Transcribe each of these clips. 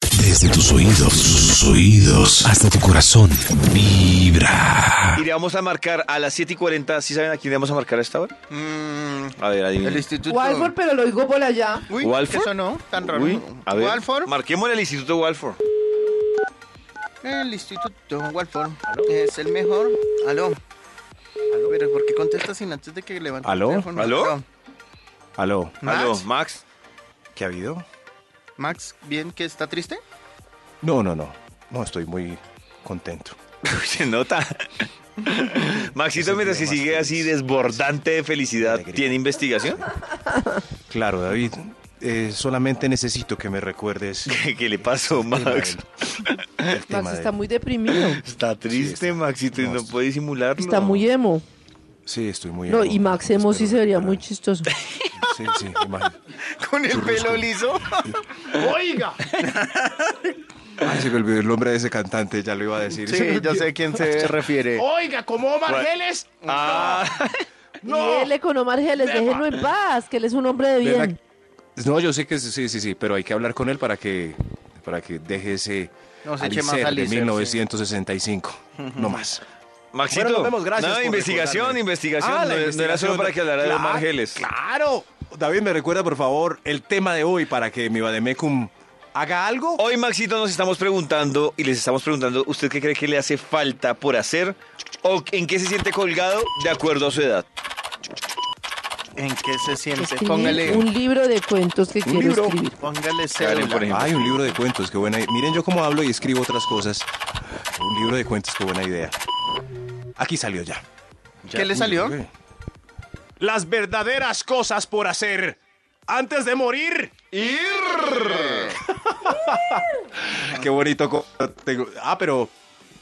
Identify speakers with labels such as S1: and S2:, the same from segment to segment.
S1: desde tus oídos, sus oídos, hasta tu corazón. Vibra.
S2: Y le vamos a marcar a las 7 y 40. ¿Sí saben a quién le vamos a marcar a esta hora?
S3: Mm,
S2: A ver,
S3: el
S2: adivinen.
S3: instituto.
S4: Walford, pero lo digo por allá.
S3: Uy,
S2: ¿Walford?
S3: Eso no, tan raro.
S2: Uy, a ver.
S3: Walford.
S2: Marquémosle al Instituto Walford.
S3: El instituto Walford. Es el mejor. Aló. Pero ¿por qué contestas sin antes de que levante
S5: ¿Aló?
S3: el teléfono?
S2: ¿Aló?
S5: Aló,
S3: Max.
S2: Aló, Max.
S5: ¿qué ha habido?
S3: Max, ¿bien que está triste?
S5: No, no, no. No, estoy muy contento.
S2: Se nota. Maxito,
S5: Es el
S2: mientras que
S5: día más
S2: sigue así
S5: feliz.
S2: desbordante de felicidad,
S5: Alegría.
S2: ¿tiene investigación?
S5: Claro, David, eh, solamente necesito que me recuerdes.
S2: ¿Qué, qué le pasó,
S5: el tema
S2: Max?
S5: del- el tema
S4: Max
S5: del-
S4: está muy deprimido.
S2: Está triste,
S5: está-
S2: Maxito, y
S5: no,
S2: no
S5: está-
S2: puede disimularlo.
S4: Está muy emo.
S5: Sí, estoy muy...
S4: No,
S5: emo-
S4: y Max emo sí
S5: espero-
S4: sería
S5: para-
S4: muy chistoso.
S5: Sí, sí, imagino.
S3: Con el pelo liso.
S5: Ay, se me olvidó el nombre de ese cantante, ya lo iba a decir. Se me
S3: Sí, yo sé a quién se refiere.
S6: Oiga, como Omar Geles.
S2: Ah,
S4: Y él, Econo Argeles, déjenlo en paz, que él es un hombre de
S5: ¿Verdad?
S4: bien.
S5: No, yo sé que sí, sí, sí, sí, pero hay que hablar con él para que, para que deje ese
S3: Nos eche más
S5: Alicer de
S3: Alicer, sí.
S5: 1965, no más.
S2: Maxito,
S6: Bueno, nos vemos, gracias
S2: No,
S6: por
S2: investigación,
S6: recordarme.
S2: investigación.
S5: Ah,
S2: no, no
S5: la
S2: era solo
S5: investigación.
S2: para que hablara de
S5: Claro,
S2: Omar Geles.
S5: Claro. David, me recuerda, por favor, el tema de hoy para que mi Vademecum haga algo.
S2: Hoy, Maxito, nos estamos preguntando y les estamos preguntando, ¿usted qué cree que le hace falta por hacer o en qué se siente colgado de acuerdo a su edad?
S3: ¿En qué se siente?
S4: Escribir
S3: Póngale,
S4: un libro de cuentos que quiero
S5: libro.
S4: escribir.
S3: póngale
S2: Karen, por
S3: cédula.
S2: ejemplo.
S5: Hay un libro de cuentos, qué buena idea. Miren yo cómo hablo y escribo otras cosas. Un libro de cuentos, qué buena idea. Aquí salió ya.
S3: ¿Qué le salió?
S5: Uy,
S6: Las verdaderas cosas por hacer antes de morir.
S5: Qué bonito. co- tengo- Ah, pero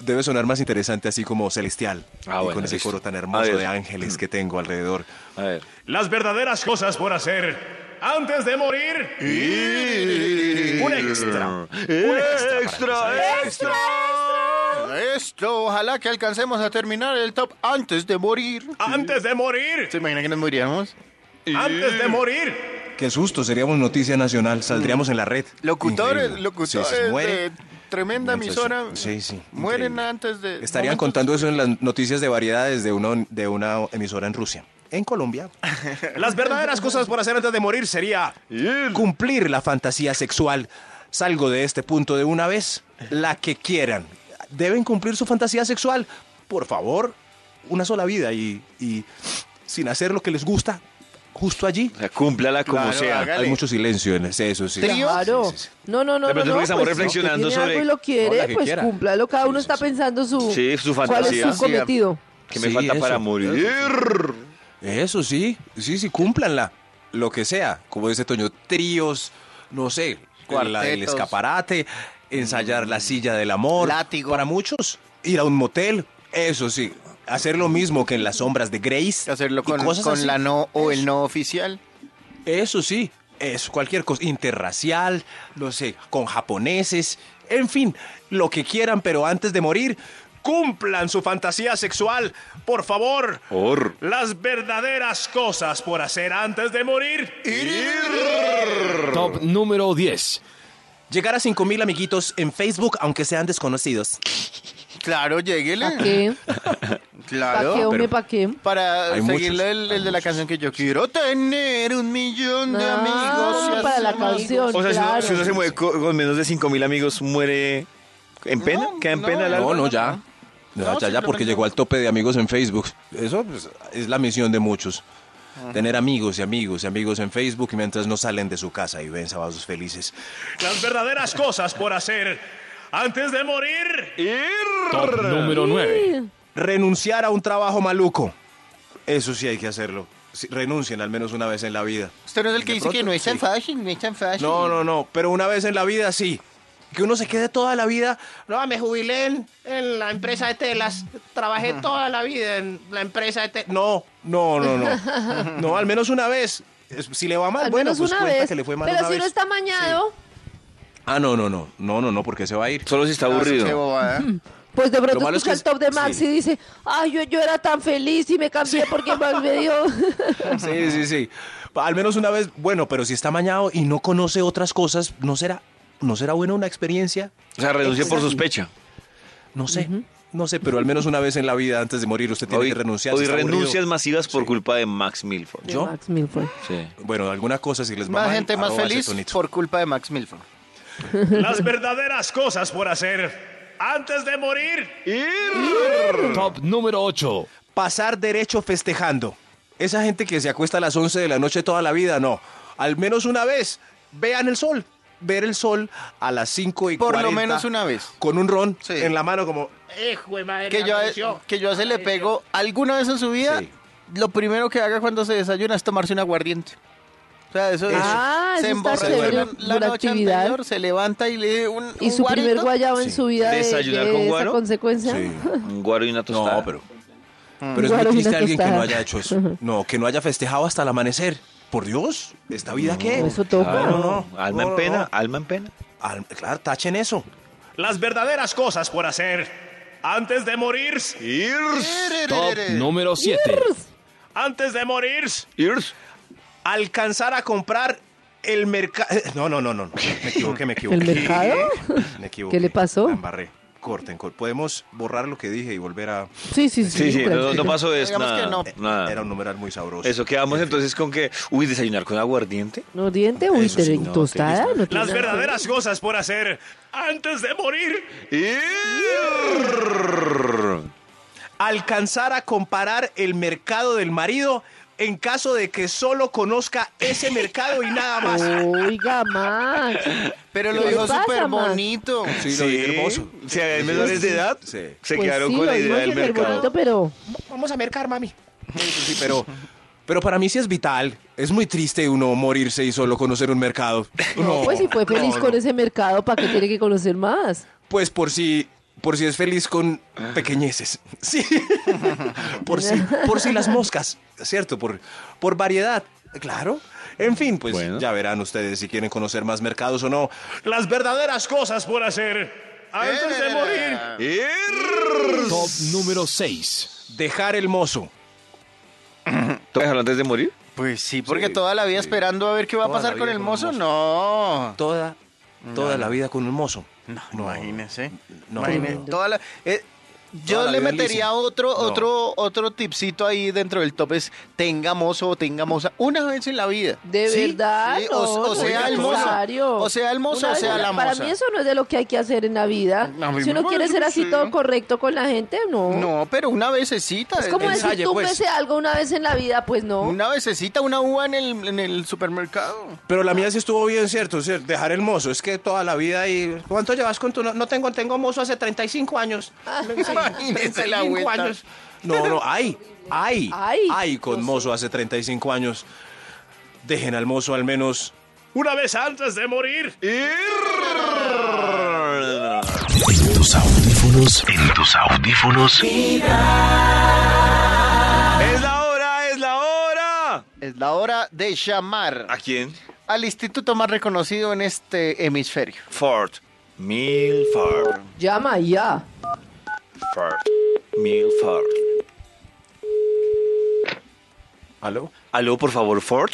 S5: debe sonar más interesante así como celestial.
S2: Ah,
S5: y
S2: bueno,
S5: con ese
S2: listo.
S5: coro tan
S2: A
S5: hermoso
S2: ver.
S5: de ángeles que tengo alrededor.
S2: A ver.
S6: Las verdaderas cosas por hacer antes de morir. Un extra. Un extra.
S2: Extra, eh. extra.
S3: Esto, ojalá que alcancemos a terminar el top antes de morir.
S6: Antes de morir.
S3: ¿Se imagina que nos moriríamos?
S6: Antes de morir.
S5: Qué susto, seríamos noticia nacional, saldríamos en la red.
S3: Locutores,
S5: Increíble.
S3: locutores
S5: Sí, sí,
S3: de
S5: muere.
S3: tremenda emisora.
S5: Sí, sí,
S3: Mueren
S5: increíble.
S3: antes de.
S5: Estarían
S3: momentos-
S5: contando eso en las noticias de variedades de, uno, de una emisora en Rusia. En Colombia.
S6: Las verdaderas cosas por hacer antes de morir sería
S5: Cumplir la fantasía sexual. Salgo de este punto de una vez. La que quieran. Deben cumplir su fantasía sexual. Por favor, una sola vida y, y sin hacer lo que les gusta, justo allí.
S2: O sea, cúmplala como
S3: Claro,
S2: sea.
S3: hágale.
S5: Hay mucho silencio en ese, eso sí.
S3: Trío.
S4: Claro.
S5: sí, sí.
S4: No, no, no.
S2: De
S4: no,
S2: pronto
S4: no,
S2: porque estamos
S4: pues, si usted
S2: reflexionando
S4: tiene algo
S2: sobre-
S4: y lo quiere,
S5: No, la que
S4: pues
S5: quiera.
S4: cúmplalo. Cada uno
S5: Sí,
S4: está
S5: sí, sí.
S4: pensando su,
S2: Sí, su
S4: cuál
S2: fantasía.
S4: es su cometido.
S2: ¿Qué me
S5: Sí,
S2: falta
S5: eso,
S2: para morir?
S5: Eso sí, sí, sí, cúmplanla. Lo que sea, como dice Toño, tríos, no sé, con la del
S3: Cuartetos.
S5: escaparate, ensayar la silla del amor.
S3: Látigo.
S5: Para muchos, ir a un motel, eso sí. Hacer lo mismo que en las sombras de Grace.
S3: Hacerlo
S5: y
S3: con,
S5: cosas
S3: con
S5: así. Pues-
S3: la no o el no oficial.
S5: Eso sí, es cualquier cosa, interracial, no sé, con japoneses, en fin, lo que quieran, pero antes de morir,
S6: cumplan su fantasía sexual. Por favor.
S2: Or.
S6: Las verdaderas cosas por hacer antes de morir.
S7: Top número 10.
S5: llegar a 5.000 amiguitos en Facebook, aunque sean desconocidos.
S3: Claro, lléguele.
S4: ¿Para qué? ¿Para qué,
S3: Claro.
S4: hombre? ¿Para qué?
S3: Para
S5: Hay muchos,
S3: seguirle el,
S5: hay
S3: el de la
S5: muchos.
S3: canción que yo quiero tener un millón de
S4: Ah,
S3: amigos. y
S4: para la
S3: hacer amigos.
S4: canción.
S2: O sea, si uno- si uno,
S4: Claro.
S2: se mueve co- con menos de 5 mil amigos, muere en pena,
S3: No,
S2: queda en
S3: no,
S2: pena el
S3: no,
S2: alma.
S5: No, no, ya.
S3: No,
S5: Ya, ya, ya,
S3: simplemente-
S5: porque llegó al tope de amigos en Facebook. Eso pues, es la misión de muchos. Tener amigos y amigos y amigos en Facebook y mientras no salen de su casa y ven sábados felices.
S6: Las verdaderas cosas por hacer antes de morir.
S7: Top número 9.
S5: Renunciar a un trabajo maluco. Eso sí hay que hacerlo. Sí, renuncien al menos una vez en la vida.
S3: Usted no es el que
S5: De
S3: dice que
S5: pronto,
S3: no es tan
S5: sí.
S3: fácil, no es tan fácil. Ah,
S5: No, no, no, pero una vez en la vida sí. Que uno se quede toda la vida. No, me jubilé en, en la empresa de telas. Trabajé toda la vida en la empresa de telas. No, no, no, no. No, al menos una vez. Es- Si le va mal,
S4: Al
S5: bueno,
S4: menos
S5: pues
S4: una
S5: cuenta
S4: vez.
S5: que le fue mal
S4: Pero
S5: una
S4: si
S5: vez.
S4: uno está mañado,
S5: Ah, no, no, no. No, no, no, porque se va a ir.
S2: Solo si está
S3: No, qué
S2: aburrido.
S3: bobada.
S4: pues de pronto
S5: malo
S4: escucha
S5: es que
S4: el top de Max
S5: sí.
S4: y dice, ay, yo, yo era tan feliz y me cambié porque Max me dio...
S5: Sí, sí, sí. Al menos una vez, bueno, pero si está mañado y no conoce otras cosas, ¿no será ¿no será buena una experiencia?
S2: O sea, renuncia por sospecha.
S5: No sé, no sé, pero al menos una vez en la vida antes de morir usted tiene
S2: hoy
S5: que renunciar.
S2: hoy
S5: si está aburrido.
S2: renuncias masivas por culpa de Max Milford.
S4: de
S5: ¿Yo?
S4: Max Milford.
S2: Sí.
S5: Bueno, algunas cosas si les va
S3: Más
S5: mal,
S3: gente más
S5: arroba ese
S3: feliz
S5: tonito.
S3: por culpa de Max Milford.
S6: Las verdaderas cosas por hacer antes de morir.
S7: Top número 8.
S5: Pasar derecho festejando. Esa gente que se acuesta a las 11 de la noche toda la vida, no. Al menos una vez, vean el sol. Ver el sol a las 5 y
S3: Por lo
S5: 40,
S3: menos una vez.
S5: Con un ron
S3: Sí.
S5: en la mano como...
S3: Que yo, a- que yo a ese le pego alguna vez en su vida,
S5: Sí.
S3: lo primero que haga cuando se desayuna es tomarse un aguardiente. O sea, eso, es-
S4: Ah,
S3: se
S4: eso está
S3: emborracha
S5: chévere,
S3: la, la
S4: una
S3: noche
S4: actividad.
S3: anterior, se levanta y le un,
S4: Y
S3: un
S4: su primer
S3: guarito.
S4: guayabo en
S5: Sí.
S4: su vida de,
S2: ¿Desayunar
S4: de
S2: con
S4: esa
S2: guaro?
S4: consecuencia.
S5: Sí.
S2: Un guaro y una tostada.
S5: No, pero...
S3: Mm.
S5: Pero es
S4: Guaro
S5: muy
S4: y
S5: triste
S4: una
S5: alguien que no
S4: tostada.
S5: haya hecho eso. No, que no haya festejado hasta el amanecer. Por Dios, ¿esta vida qué?
S4: No, eso toca.
S2: Claro,
S5: No, no,
S2: Ah, Alma
S5: no,
S2: en
S5: no,
S2: pena,
S5: no.
S2: alma en pena.
S5: Al- claro, tachen eso.
S6: Las verdaderas cosas por hacer antes de morir.
S7: Top número 7.
S6: Antes de morir.
S5: alcanzar a comprar el mercado. Eh, No, no, no, no, no. Me equivoqué, me equivoqué.
S4: ¿El mercado?
S5: Me equivoqué.
S4: ¿Qué le pasó?
S5: La embarré. Corten, cor- Podemos borrar lo que dije y volver a.
S4: Sí, sí, sí.
S2: Sí, sí, no, no
S4: tranquilo.
S2: pasó eso.
S3: Digamos
S2: Nada,
S3: que no.
S2: nada.
S5: Era un numeral muy sabroso.
S2: Eso quedamos entonces con que, uy, desayunar con aguardiente.
S4: No diente, uy,
S5: Eso sí,
S4: pero
S5: no,
S4: tostada.
S5: tenés-
S4: no tiene
S6: Las
S4: nada que ver.
S6: verdaderas cosas por hacer antes de morir.
S5: Alcanzar a comparar el mercado del marido en caso de que solo conozca ese mercado y nada más.
S4: Oiga, Max.
S3: Pero
S4: ¿Qué
S3: lo
S4: le
S3: dijo
S4: pasa,
S3: súper
S4: Max?
S3: bonito.
S5: Sí, lo dije hermoso.
S2: Si habían menores de edad,
S5: Sí.
S2: se
S4: Pues
S2: quedaron
S4: sí,
S2: con
S4: lo
S2: la
S4: mismo
S2: idea del
S4: que el
S2: mercado.
S4: bonito, pero
S5: Vamos a mercar, mami. Sí, pero. Pero para mí sí es vital. Es muy triste uno morirse y solo conocer un mercado.
S4: no, pues si fue feliz
S5: no,
S4: con
S5: no.
S4: ese mercado, ¿para qué tiene que conocer más?
S5: Pues por si, por si es feliz con pequeñeces. Sí. por, si, por si las moscas, ¿cierto? Por, por variedad, claro. En fin, pues
S2: Bueno.
S5: ya verán ustedes si quieren conocer más mercados o no.
S6: Las verdaderas cosas por hacer antes de morir.
S7: Top número 6.
S5: Eh, Dejar el mozo.
S2: ¿Toca dejarlo antes de morir?
S3: Pues sí, porque toda la vida esperando a ver qué va a
S5: Toda la
S3: pasar
S5: vida
S3: con el
S5: con el
S3: mozo,
S5: mozo.
S3: no.
S5: Toda, toda la vida con un mozo. No,
S3: Imagínese.
S5: no,
S3: Imagínese,
S5: no.
S3: toda la- eh, yo
S5: la
S3: le
S5: vida
S3: metería
S5: lisa.
S3: otro,
S5: No.
S3: otro, otro tipcito ahí dentro del top es tenga mozo o tenga moza una vez en la vida.
S4: De
S3: Sí,
S4: verdad,
S3: sí,
S4: no,
S3: o, o
S4: no
S3: sea
S4: es
S3: el mozo,
S4: necesario.
S3: o sea el mozo,
S4: Una
S3: o
S4: vez
S3: sea
S4: en
S3: la moza.
S4: Para mí eso no es de lo que hay que hacer en la vida.
S3: A mí
S4: Si
S3: me
S4: uno quiere
S3: parece
S4: ser
S3: que
S4: así
S3: sí.
S4: todo correcto con la gente, no.
S3: No, pero una vececita.
S4: Es como
S5: Ensaye,
S4: decir, túmbese
S5: pues.
S4: algo una vez en la vida, pues no.
S3: Una vececita, una uva en el, en el supermercado.
S5: Pero la mía sí estuvo bien, ¿cierto? ¿cierto? Dejar el mozo. Es que toda la vida y... ¿Cuánto llevas con tu... No, no tengo, tengo mozo hace 35 años.
S3: Imagínese la
S5: 35
S3: vuelta.
S5: años. No, no, hay, hay,
S4: Ay,
S5: hay con mozo hace 35 años. Dejen al mozo al menos.
S6: Una vez antes de morir.
S1: En tus audífonos. En tus audífonos.
S2: ¡Es la hora! ¡Es la hora!
S3: Es la hora de llamar
S2: ¿A quién?
S3: al instituto más reconocido en este hemisferio.
S2: Ford. Milford.
S4: Llama ya.
S2: Ford. Milford.
S5: ¿Aló?
S2: Aló, por favor, Ford.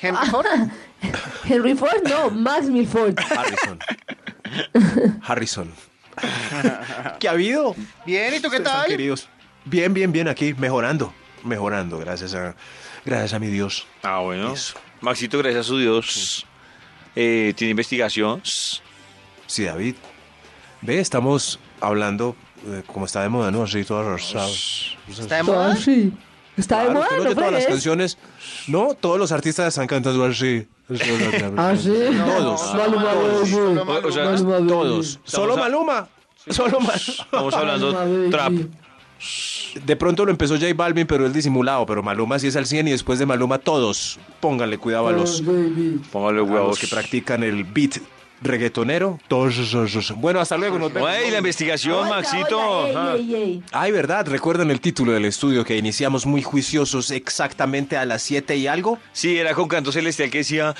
S3: Henry
S4: Ah.
S3: Ford.
S4: Henry Ford, no, Max Milford.
S5: Harrison. Harrison. ¿Qué ha habido?
S3: Bien, ¿y tú qué
S5: Ustedes tan
S3: tal?
S5: queridos. Bien, bien, bien aquí, mejorando, mejorando, gracias a, gracias a mi Dios.
S2: Ah, bueno.
S5: Eso.
S2: Maxito, gracias a su Dios. eh, tiene investigación.
S5: Sí, David. Ve, estamos hablando eh, como está de moda, ¿no? Así todas las-
S3: ¿Está de moda?
S4: sí. Está de
S5: Claro,
S4: moda,
S5: usted oye
S4: ¿no
S5: todas las
S4: fregues?
S5: canciones. No, todos los artistas están cantando así.
S4: Ah, sí.
S5: Todos.
S3: No,
S4: Maluma,
S3: todos. Solo
S4: baby.
S2: O- o sea,
S3: Maluma.
S4: Maluma, baby.
S5: Todos. Solo
S2: a-
S5: Maluma. Solo Maluma.
S2: Estamos
S4: Maluma,
S2: hablando
S4: baby.
S2: trap.
S5: De pronto lo empezó J Balvin, pero él disimulado. Pero Maluma sí es al 100 y después de Maluma todos. Pónganle cuidado a los,
S4: Todos, baby.
S2: Póngale
S5: a los
S2: huevos.
S5: que practican el beat reggaetonero. Todos. Bueno, hasta luego. Nos vemos.
S2: Ay, la investigación,
S4: Oiga,
S2: Maxito.
S4: oiga,
S2: Ajá.
S4: ey, ey, ey.
S5: Ay, ¿verdad? ¿Recuerdan el título del estudio que iniciamos muy juiciosos exactamente a las 7 y algo?
S2: Sí, era con canto celestial que decía.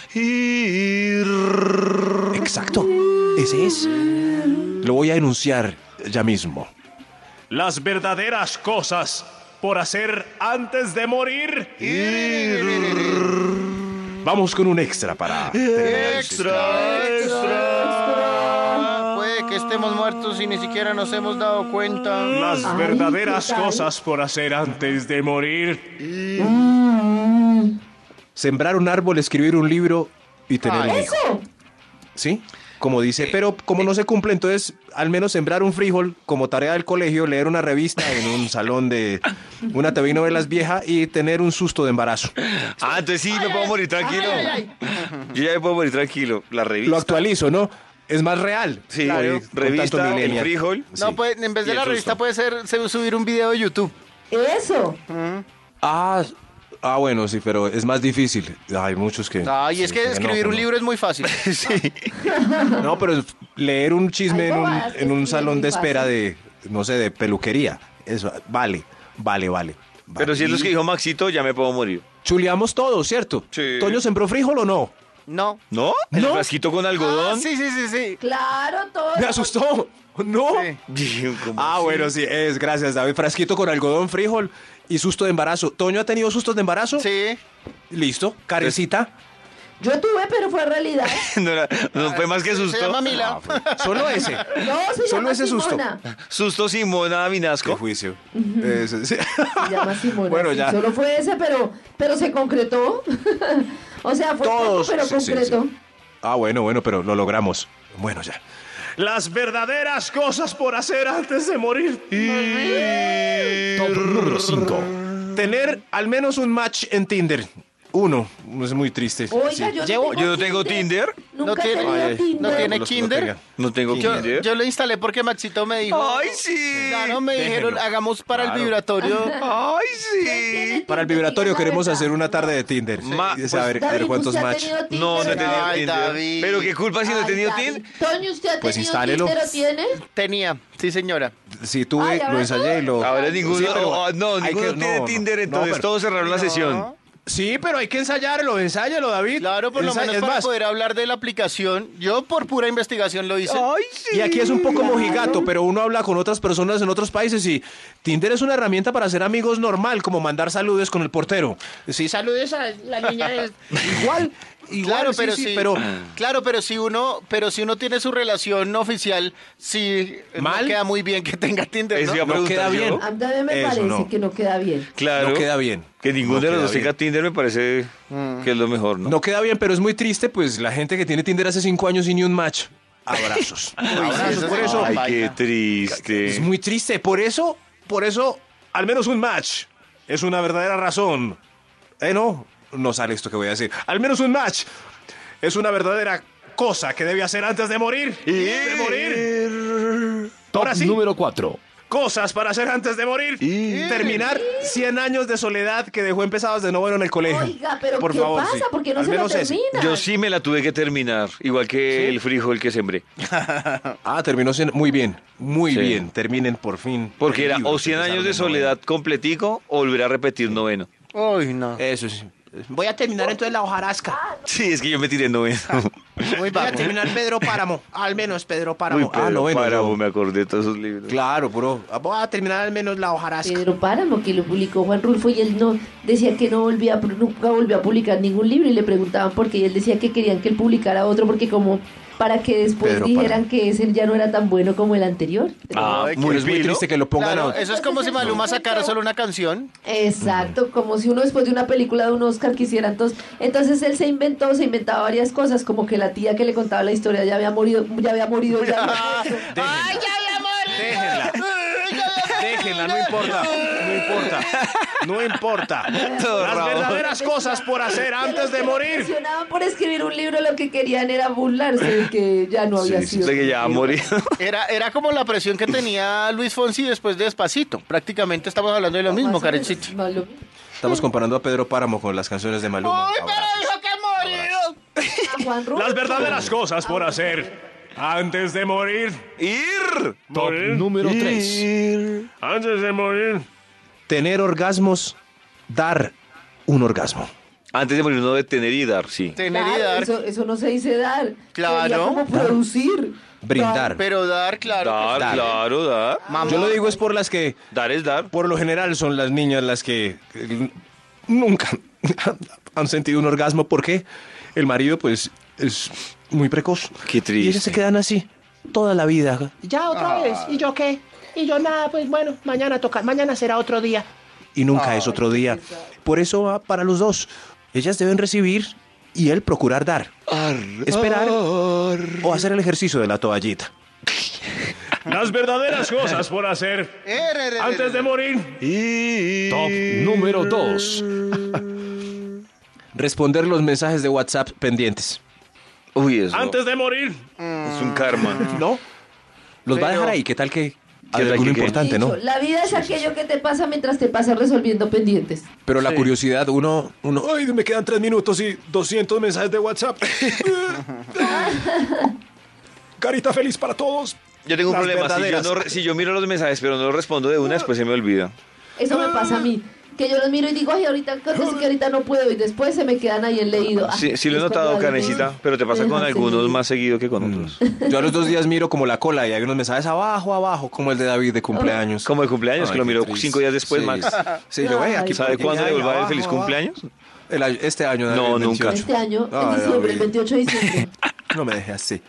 S2: "Ir".
S5: Exacto. Ese es. Lo voy a enunciar ya mismo.
S6: Las verdaderas cosas por hacer antes de morir.
S5: Vamos con un extra para. terminar el
S2: Extra, extra.
S3: Ah, Puede que estemos muertos y ni siquiera nos hemos dado cuenta.
S6: Las
S4: Ay,
S6: verdaderas
S4: ¿qué tal?
S6: cosas por hacer antes de morir.
S5: Mm. Sembrar un árbol, escribir un libro y tener
S3: Ay,
S5: un hijo. ¿Sí? Como dice,
S6: Eh,
S5: pero como no se cumple, entonces al menos sembrar un frijol como tarea del colegio, leer una revista en un salón de una TV y novelas vieja y tener un susto de embarazo.
S2: Ah, entonces sí, me puedo morir tranquilo. Yo ya me puedo morir tranquilo. La
S5: Lo
S2: revista.
S5: actualizo, ¿no? Es más real.
S2: Sí,
S5: Claro,
S2: hoy,
S5: con tanto
S2: revista, el
S5: millennial.
S2: frijol.
S3: No,
S5: Sí.
S3: pues en vez
S2: Y
S3: de
S2: el
S3: la
S2: susto.
S3: revista puede ser se- subir un video de YouTube.
S4: Eso.
S5: Ah, ah, bueno, sí, pero es más difícil. Hay muchos que.
S3: Ay, es
S5: sí,
S3: que
S5: no,
S3: escribir un
S5: no.
S3: libro es muy fácil. sí.
S5: No, pero leer un chisme
S4: Hay
S5: en un,
S4: bobadas que
S5: en un
S4: escriben
S5: salón
S4: muy
S5: de espera
S4: fácil.
S5: de, no sé, de peluquería. Eso, vale, vale, vale.
S2: Pero si es los que dijo Maxito, ya me puedo morir.
S5: Chuleamos todo, ¿cierto?
S2: Sí.
S5: ¿Toño sembró frijol o no?
S3: No.
S2: ¿No? ¿El
S5: No.
S2: frasquito con algodón?
S3: Ah, sí, sí, sí, sí.
S4: Claro, todo.
S5: ¿Me asustó? ¿No?
S3: Sí.
S2: ¿Cómo
S5: Ah,
S2: así?
S5: bueno, sí, es, gracias, David. Frasquito con algodón, frijol y susto de embarazo. ¿Toño ha tenido sustos de embarazo?
S3: Sí.
S5: Listo, carecita.
S4: Yo tuve, pero fue realidad.
S2: No, era- no fue más que
S3: Se-
S2: susto.
S3: Se llama Mila.
S5: Ah, Solo ese.
S4: No, se
S5: Solo
S4: llama
S5: ese susto.
S4: Simona.
S2: Ah. Susto Simona
S5: Qué
S2: Vinasco.
S5: juicio. Ese, sí.
S4: Se llama Simona.
S5: Bueno,
S4: sí,
S5: ya.
S4: Solo fue ese, pero, pero se concretó. o sea, fue
S5: Todos.
S4: poco, pero
S5: sí, sí, sí.
S4: concreto.
S5: Ah, bueno, bueno, pero lo logramos. Bueno, ya.
S6: Las verdaderas cosas por hacer antes de morir.
S7: Top número 5.
S5: Tener al menos un match en Tinder. Uno. Es muy triste.
S4: Oiga, yo,
S2: Llevo-
S4: no
S2: yo no tengo Tinder.
S4: Nunca
S3: No
S4: he
S3: tiene-
S4: tenido
S5: Ay, ay,
S4: Tinder.
S3: no tiene-
S5: los que
S3: Kinder?
S5: tengan.
S2: No tengo
S3: Yo,
S2: Tinder.
S3: yo lo instalé porque Maxito me dijo.
S2: ¡Ay, sí!
S3: Claro, me dijeron, hagamos para el
S5: Claro.
S3: vibratorio.
S2: ¡Ay, sí!
S4: Tiene
S5: Para el
S4: Tinder,
S5: vibratorio
S4: diga la
S5: queremos
S4: verdad. Pues,
S5: hacer una tarde de Tinder.
S2: Ma-
S5: Y es a ver, a ver
S4: David,
S5: cuántos
S4: ¿usted ha
S5: match.
S4: tenido Tinder?
S2: No, no he tenido
S3: Ay,
S2: Tinder.
S3: David.
S2: Pero qué culpa si no he
S4: Ay,
S2: tenido
S4: David.
S2: Tinder.
S4: Toño, ¿usted ha
S5: Pues
S4: tenido
S5: instálelo.
S4: Tinder o tiene?
S3: Tenía, sí, señora.
S5: Sí, tuve,
S4: Ay,
S5: lo
S4: ¿ahora
S5: ensayé y lo.
S2: Ahora ninguno.
S5: Sí, pero
S2: oh, no,
S5: hay
S2: ninguno
S5: que-
S2: tiene
S5: no, no,
S2: Tinder,
S5: no,
S2: entonces
S5: pero-
S2: todos cerraron la sesión.
S3: No.
S5: Sí, pero hay que ensayarlo, ensáyalo, David.
S3: Claro, por lo
S5: Ensa-
S3: menos
S5: es
S3: para
S5: más,
S3: poder hablar de la aplicación. Yo por pura investigación lo hice.
S5: Y aquí es un poco mojigato, pero uno habla con otras personas en otros países y Tinder es una herramienta para hacer amigos normal, como mandar saludos con el portero. Sí, saludes a la niña. del- igual, igual,
S3: Claro,
S5: sí,
S3: pero
S5: sí,
S3: si,
S5: pero
S3: claro, pero si uno, pero si uno tiene su relación no oficial, sí no
S5: ¿Mal?
S3: queda muy bien que tenga Tinder,
S2: Eso
S3: ¿no?
S2: iba a
S5: No
S2: preguntar
S5: queda
S2: yo.
S5: bien.
S4: A mí también me
S5: Eso
S4: parece
S5: no.
S4: que no queda bien.
S2: Claro.
S5: No queda bien.
S2: Que ninguno
S5: No
S2: de los
S5: queda
S2: dos
S5: bien.
S2: tenga Tinder me parece
S3: Mm.
S2: que es lo mejor, ¿no?
S5: no queda bien, pero es muy triste, pues la gente que tiene Tinder hace cinco años y ni un match. Abrazos.
S3: sí,
S5: Abrazos,
S3: Ah, eso
S5: por
S3: sí.
S5: eso.
S2: Ay, qué
S3: Vaina.
S2: triste.
S5: Es muy triste. Por eso, por eso, al menos un match es una verdadera razón. Eh, no, no sale esto que voy a decir. Al menos un match es una verdadera cosa que debe hacer antes de morir. De morir.
S7: Top
S5: Ahora sí.
S7: número 4.
S5: Cosas para hacer antes de morir. Terminar 100 años de soledad que dejó empezados de noveno en el colegio.
S4: Oiga, pero
S5: Por
S4: ¿qué
S5: favor,
S4: pasa?
S5: sí.
S4: ¿Por qué no
S5: Al
S4: se lo
S5: menos ese.
S4: termina?
S2: Yo sí me la tuve que terminar, igual que el frijol que sembré.
S5: Ah, terminó 100. Muy bien, muy
S2: Sí.
S5: bien. Terminen por fin.
S2: Porque era
S5: Libros
S2: o
S5: que
S2: 100 años
S5: empezaron
S2: de
S5: en noveno.
S2: soledad completico o volver a repetir noveno.
S3: Uy, no.
S5: Eso sí. Voy a terminar entonces la hojarasca.
S2: Sí, es que yo me tiré en noveno.
S5: Ah,
S3: Muy
S5: Voy a
S3: bajo.
S5: terminar Pedro Páramo. Al menos Pedro Páramo.
S2: Uy, pero
S5: ah, noveno,
S2: para,
S5: yo.
S2: me acordé de todos esos libros.
S5: Claro, bro. Voy a terminar al menos la hojarasca.
S4: Pedro Páramo, que lo publicó Juan Rulfo y él no decía que no volvía, a pu- nunca volvió a publicar ningún libro y le preguntaban por qué y él decía que querían que él publicara otro porque como para que después
S5: Pedro
S4: dijeran que ese ya no era tan bueno como el anterior.
S2: Ah,
S3: Ay,
S2: muy
S5: es muy
S2: pilo.
S5: triste que lo pongan
S3: Claro,
S5: a...
S3: eso es como si Maluma sacara solo una canción.
S4: Exacto, como si uno después de una película de un Oscar quisiera. Entonces, entonces él se inventó, se inventaba varias cosas, como que la tía que le contaba la historia ya había morido, ya había morido, ya había muerto.
S3: ¡Ay, ya había
S5: Déjenla. Déjenla, no importa. No importa. No importa.
S2: Todo
S5: Las
S2: rabo.
S5: verdaderas cosas por hacer antes de
S4: Se
S5: morir.
S4: presionaban por escribir un libro, lo que querían era burlarse de que ya no había
S2: Sí, sí,
S4: sido.
S2: sé que ya va a morir.
S3: Era, era como la presión que tenía Luis Fonsi después de Despacito. Prácticamente estamos hablando de lo
S4: Más
S3: mismo,
S4: o menos,
S3: Karencita.
S4: más lo-
S5: Estamos comparando a Pedro Páramo con las canciones de Maluma.
S3: dijo que morido!
S4: a Juan Rulfo.
S6: Las verdaderas cosas por hacer antes de morir.
S2: ¡Ir!
S7: Top
S6: Morir.
S7: número 3.
S6: Antes de morir.
S5: Tener orgasmos, dar un orgasmo.
S2: Antes de morir uno de tener y dar, sí.
S3: Tener y
S4: Claro,
S3: dar.
S4: eso, eso no se dice dar.
S3: Claro.
S4: Sería como producir.
S5: Brindar.
S3: Pero dar, claro. que
S2: Dar,
S5: Dar.
S2: claro, dar.
S5: Yo lo digo es por las que
S2: Dar es dar.
S5: por lo general son las niñas las que eh, nunca han sentido un orgasmo porque el marido, pues, es muy precoz.
S2: Qué triste.
S5: Y ellas se quedan así toda la vida.
S8: Ya otra
S2: Ah.
S8: vez. ¿Y yo qué? Y yo nada, pues bueno, mañana toca, mañana será otro día.
S5: y nunca es otro día. Por eso va para los dos. Ellas deben recibir y él procurar dar. Esperar o hacer el ejercicio de la toallita.
S6: Las verdaderas cosas por hacer
S3: Eh, re, re, re,
S6: antes de
S3: re.
S6: morir.
S7: Top número 2.
S5: Responder los mensajes de WhatsApp pendientes.
S2: Uy, eso.
S6: Antes de morir.
S2: Es un karma.
S3: Mm.
S5: ¿No? Los va a dejar
S3: Pero-
S5: ahí. ¿Qué tal que
S2: tal
S5: hay
S2: que
S5: alguno
S2: qué?
S5: importante, no?
S4: Dicho, La vida es aquello que te pasa mientras te pasas resolviendo pendientes.
S5: Pero la curiosidad, uno, uno, ay, me quedan tres minutos y 200 mensajes de WhatsApp. Carita feliz para todos.
S2: Yo tengo un
S5: Las
S2: problema. Si yo,
S5: verdaderas.
S2: no re- si yo miro los mensajes, pero no los respondo de una, después se me olvida.
S4: Eso me pasa a mí. Que yo los miro y digo, ay, ahorita contesto que ahorita no puedo. Y después se me quedan ahí en leído. Ah,
S2: Sí, sí lo he
S4: es cuando
S2: notado,
S4: algo
S2: Canecita, pero te pasa
S4: me
S2: con
S4: deja
S2: algunos
S4: feliz.
S2: más seguido que con otros.
S5: Yo a los dos días miro como la cola y hay unos mensajes abajo, abajo, como el de David de cumpleaños.
S2: Como el cumpleaños,
S5: Ay,
S2: que lo
S5: qué
S2: miró
S5: triste.
S2: cinco días después,
S5: Sí,
S2: Max.
S5: Sí, yo
S4: Ay.
S5: ve aquí.
S2: ¿Sabe
S5: porque
S2: cuándo
S5: ya
S2: le volverá el
S5: abajo,
S2: feliz
S5: abajo.
S2: cumpleaños?
S5: El año- este año. David,
S2: No,
S5: el
S2: nunca.
S5: 28.
S4: Este año,
S5: Ay,
S4: en diciembre,
S5: David.
S4: el 28 de diciembre.
S5: No me dejes así.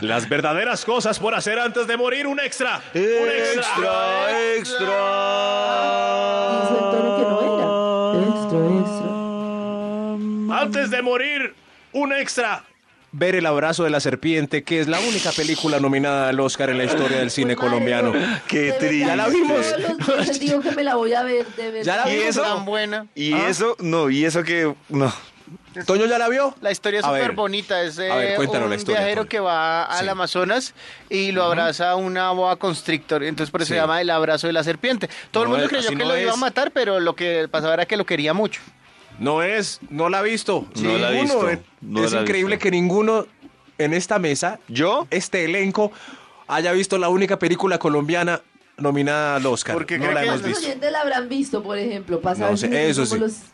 S6: Las verdaderas cosas por hacer antes de morir. Un extra. Un extra.
S2: Extra,
S4: Hizo el tono que no era. Extra, extra.
S6: Antes de morir. Un extra.
S5: Ver el abrazo de la serpiente, que es la única película nominada al Oscar en la historia del cine
S4: Fue
S5: colombiano.
S4: madre.
S2: Qué
S4: De verdad,
S2: triste.
S5: Ya la vimos.
S4: Todos los días digo que me la voy a ver, de verdad.
S5: Ya la
S2: ¿Y
S5: vimos.
S2: eso?
S3: Tan buena.
S2: Y eso, no, y eso que. No.
S5: Toño ya la vio.
S3: La historia es
S5: A ver,
S3: súper bonita. Es
S5: a ver,
S3: eh,
S5: cuéntanos
S3: un
S5: la historia,
S3: viajero
S5: Pablo.
S3: que va al
S5: Sí.
S3: Amazonas y lo abraza una boa constrictor. Entonces, por eso
S5: Sí.
S3: se llama el abrazo de la serpiente. Todo
S5: No
S3: el mundo
S5: es-
S3: creyó
S5: así
S3: que
S5: no
S3: lo iba a
S5: es.
S3: matar, pero lo que pasaba era que lo quería mucho.
S5: No es, no la ha visto.
S2: No la ha
S5: Ninguno,
S2: visto.
S5: eh.
S2: No
S5: es
S2: la ha
S5: increíble
S2: visto.
S5: que ninguno en esta mesa,
S2: ¿Yo?
S5: este elenco, haya visto la única película colombiana nominada al Oscar.
S3: Porque
S5: no
S3: creo
S5: la
S3: que-
S5: hemos
S4: ¿Cuántos
S5: visto.
S4: oyentes la habrán visto, por ejemplo? Pasa
S5: Pues No
S4: a ver
S5: sé,
S4: si
S5: eso
S4: como
S5: sí.
S4: los-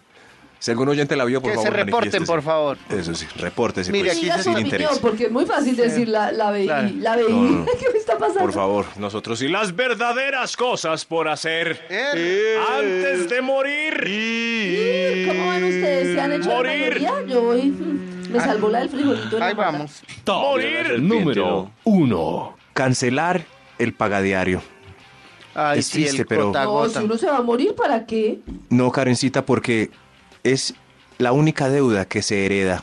S5: Si algún oyente la vio, por
S3: que
S5: favor.
S3: se reporten,
S5: manifiéstese.
S3: por favor.
S5: Eso sí, repórtese.
S3: Mire,
S5: pues,
S3: aquí
S4: Diga
S3: se-
S4: su
S5: sin
S4: opinión,
S5: interés.
S4: porque es muy fácil decir la, la veí,
S3: claro.
S4: la veí.
S5: No, no.
S4: ¿Qué me está pasando?
S5: Por favor, nosotros sí la.
S6: Las verdaderas cosas por hacer
S3: Eh,
S6: antes de morir.
S4: Sí, ¿Cómo van ustedes? ¿Se han hecho
S6: Morir.
S4: la mayoría? Yo voy, mm, me salvó la del frijolito. de la
S3: Ah. Ahí
S4: mata.
S3: vamos.
S7: Top
S6: Morir.
S7: número 1.
S5: Cancelar el pagadiario.
S3: Ay,
S5: Es
S3: sí,
S5: triste,
S3: el
S5: pero-
S3: gota a
S4: No,
S3: gota.
S4: si uno se va a morir, ¿para qué?
S5: No, Karencita, porque es la única deuda que se hereda.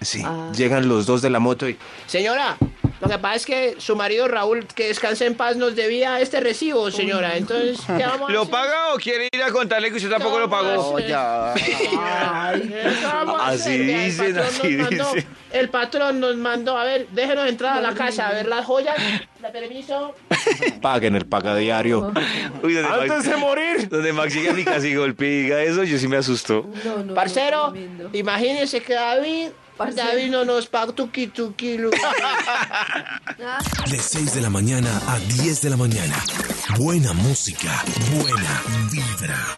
S5: Sí,
S4: Ah.
S5: llegan los dos de la moto y...
S8: Señora, lo que pasa es que su marido Raúl, que descanse en paz, nos debía este recibo, señora. Entonces, ¿qué vamos a
S2: ¿Lo
S8: hacer?
S2: paga o quiere ir a contarle que usted tampoco lo pagó?
S3: No, ya.
S4: Ay,
S8: ¿Qué vamos a
S2: Así
S8: hacer? Vea, el
S2: dicen,
S8: patrón
S2: así
S8: nos mandó-
S2: dicen.
S8: El patrón nos mandó, a ver, déjenos entrar a la casa, a ver las joyas, la permiso.
S5: Paguen el pagadiario.
S2: Uy, donde
S6: Antes
S2: Max,
S6: de morir.
S2: donde Max llegue a mi casa y golpea y diga eso, yo sí me asusto.
S4: no, no, no,
S8: Parcero,
S4: tremendo.
S8: imagínense que David,
S4: Parcero.
S8: David no nos pagó tuqui tuqui. lu-
S4: Ah.
S1: De 6 de la mañana a 10 de la mañana. Buena música, buena vibra.